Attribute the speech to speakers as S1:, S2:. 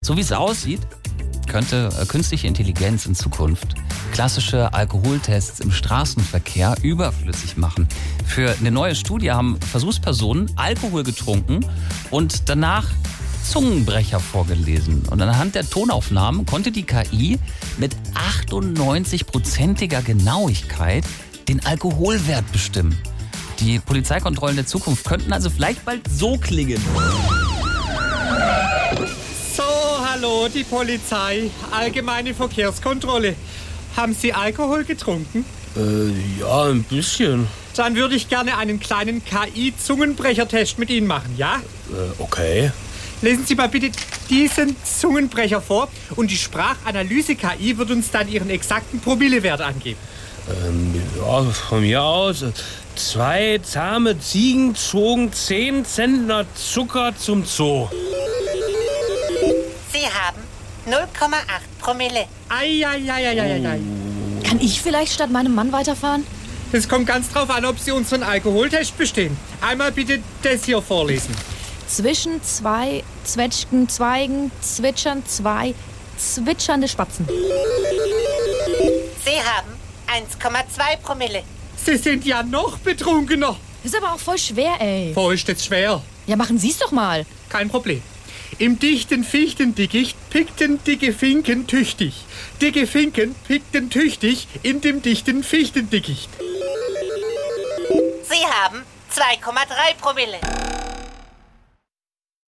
S1: So wie es aussieht, könnte äh, künstliche Intelligenz in Zukunft klassische Alkoholtests im Straßenverkehr überflüssig machen. Für eine neue Studie haben Versuchspersonen Alkohol getrunken und danach Zungenbrecher vorgelesen. Und anhand der Tonaufnahmen konnte die KI mit 98-prozentiger Genauigkeit den Alkoholwert bestimmen. Die Polizeikontrollen der Zukunft könnten also vielleicht bald so klingen.
S2: So, hallo, die Polizei. Allgemeine Verkehrskontrolle. Haben Sie Alkohol getrunken?
S3: Äh, ja, ein bisschen.
S2: Dann würde ich gerne einen kleinen KI-Zungenbrechertest mit Ihnen machen, ja?
S3: Äh, okay.
S2: Lesen Sie mal bitte diesen Zungenbrecher vor und die Sprachanalyse-KI wird uns dann Ihren exakten Promillewert angeben.
S3: Ähm, ja, von mir aus. äh, Zwei zahme Ziegen zogen 10 Zentner Zucker zum Zoo.
S4: Sie haben 0,8 Promille.
S2: Eieieiei.
S5: Kann ich vielleicht statt meinem Mann weiterfahren?
S2: Es kommt ganz drauf an, ob Sie unseren Alkoholtest bestehen. Einmal bitte das hier vorlesen.
S5: Zwischen zwei Zwetschgen, Zweigen, zwitschern zwei zwitschernde Spatzen.
S4: Sie haben 1,2 Promille.
S2: Sie sind ja noch betrunkener.
S5: Ist aber auch voll schwer, ey.
S2: Wo ist das schwer?
S5: Ja, machen Sie's doch mal.
S2: Kein Problem. Im dichten Fichtendickicht pickten dicke Finken tüchtig. Dicke Finken pickten tüchtig in dem dichten Fichtendickicht.
S4: Sie haben 2,3 Promille.